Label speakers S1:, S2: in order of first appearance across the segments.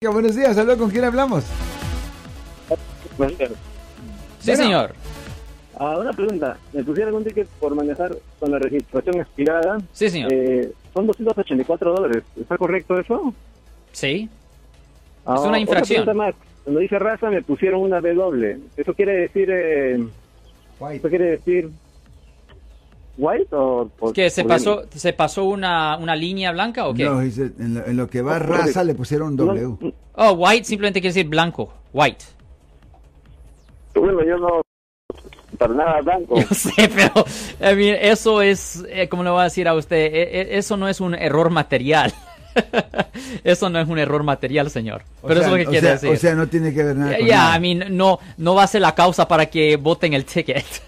S1: Buenos días, saludos, ¿con quién hablamos?
S2: Sí,
S1: Bueno.
S2: señor.
S3: Ah, una pregunta. Me pusieron un ticket por manejar con la registración expirada.
S2: Sí, señor.
S3: Eh, son 284 dólares. ¿Está correcto eso?
S2: Sí.
S3: Ah,
S2: Es una infracción.
S3: Otra pregunta más. Cuando dice raza me pusieron una W. ¿Eso quiere decir eh, eso
S1: White.
S3: quiere decir white o por-
S2: ¿Que se
S3: por
S2: pasó, se pasó una, una línea blanca o qué?
S1: No, dice, en lo, en lo que va
S3: No,
S1: raza
S3: porque-
S1: le pusieron
S3: No,
S1: W.
S2: Oh, white simplemente quiere decir blanco. White.
S3: Bueno, yo no para nada blanco.
S2: Yo sé, pero I mean, eso es, eh, ¿cómo le voy a decir a usted? E- e- eso no es un error material. eso no es un error material, señor.
S1: O
S2: Pero
S1: sea,
S2: eso es lo que
S1: o
S2: quiere
S1: sea-
S2: decir.
S1: O sea, no tiene que ver nada
S2: Ya,
S1: con
S2: ya,
S1: nada.
S2: I mean, no, no va a ser la causa para que voten el ticket.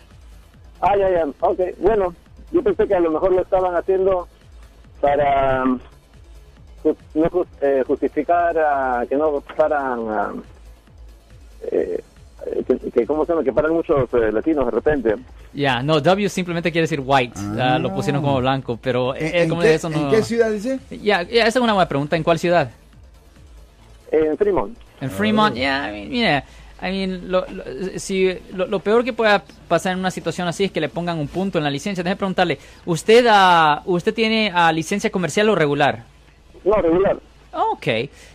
S3: Ah, ya, ya. Ok, bueno, yo pensé que a lo mejor lo estaban haciendo para um, ju- no ju- eh, justificar ah, que no pasaran, ah, eh, eh, que, que, ¿cómo se llama? Que paran muchos eh, latinos de repente.
S2: Ya, no, W simplemente quiere decir white.
S1: Ah.
S2: Ah, lo pusieron como blanco, pero
S1: ¿En,
S2: eh,
S1: en
S2: como
S1: qué,
S2: eso
S1: en
S2: no.
S1: qué ciudad dice?
S2: Ya, ya, esa es una buena pregunta. ¿En cuál ciudad?
S3: En Fremont.
S2: En Fremont, yeah, I mean, yeah. I mean, lo, lo- si, lo, lo peor que pueda pasar en una situación así es que le pongan un punto en la licencia. Déjeme preguntarle, ¿usted ah, usted tiene ah, licencia comercial o regular?
S3: No, regular.
S2: Ok.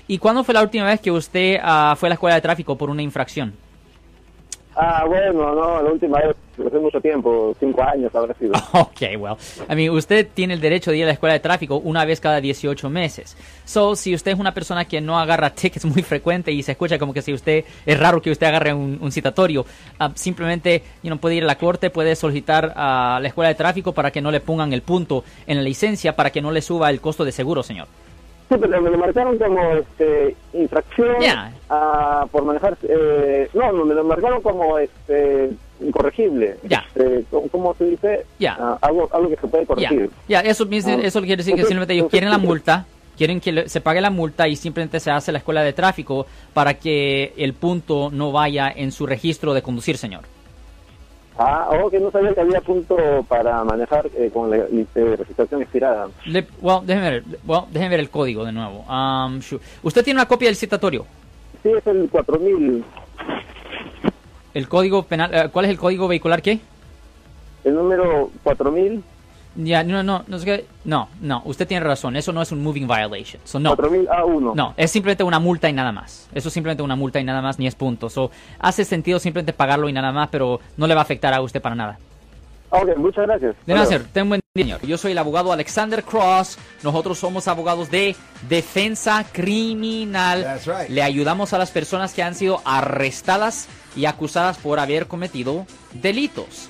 S2: ¿Y cuándo fue la última vez que usted ah, fue a la escuela de tráfico por una infracción?
S3: Ah, bueno, no, la última vez, hace mucho tiempo, cinco años habrá sido.
S2: Ok, well, I mean, usted tiene el derecho de ir a la escuela de tráfico una vez cada 18 meses. So, si usted es una persona que no agarra tickets muy frecuente y se escucha como que si usted, es raro que usted agarre un, un citatorio, ah, simplemente, you know, puede ir a la corte, puede solicitar a la escuela de tráfico para que no le pongan el punto en la licencia, para que no le suba el costo de seguro, señor.
S3: Sí, pero me lo marcaron como este, infracción
S2: Ya.
S3: ah, por manejar... Eh, no, no, me lo marcaron como este, incorregible.
S2: Ya.
S3: Este, ¿cómo- ¿Cómo se dice?
S2: Ya.
S3: Ah, algo, algo que se puede
S2: Ya,
S3: corregir.
S2: ya, eso, mis-
S3: Ah.
S2: eso quiere decir que simplemente ellos quieren la multa, quieren que le- se pague la multa y simplemente se hace la escuela de tráfico para que el punto no vaya en su registro de conducir, señor.
S3: Ah, oh, que no sabía que había punto para manejar eh, con la eh, registración expirada.
S2: Le- well, déjeme ver, well, déjeme ver el código de nuevo. Um, shu- Usted tiene una copia del citatorio.
S3: Sí, es el 4000,
S2: El código penal, eh, ¿cuál es el código vehicular qué?
S3: el número 4000,
S2: Ya, no, no, no, sé qué- no, no, usted tiene razón, eso no es un moving violation. So, no,
S3: 4000A1.
S2: no, es simplemente una multa y nada más. Eso es simplemente una multa y nada más, ni es punto. So, hace sentido simplemente pagarlo y nada más, pero no le va a afectar a usted para nada.
S3: Ah, Ok, muchas gracias.
S2: De nada,
S3: Hasta luego.
S2: señor. Ten un buen día, señor. Yo soy el abogado Alexander Cross. Nosotros somos abogados de defensa criminal.
S1: That's right.
S2: Le ayudamos a las personas que han sido arrestadas y acusadas por haber cometido delitos.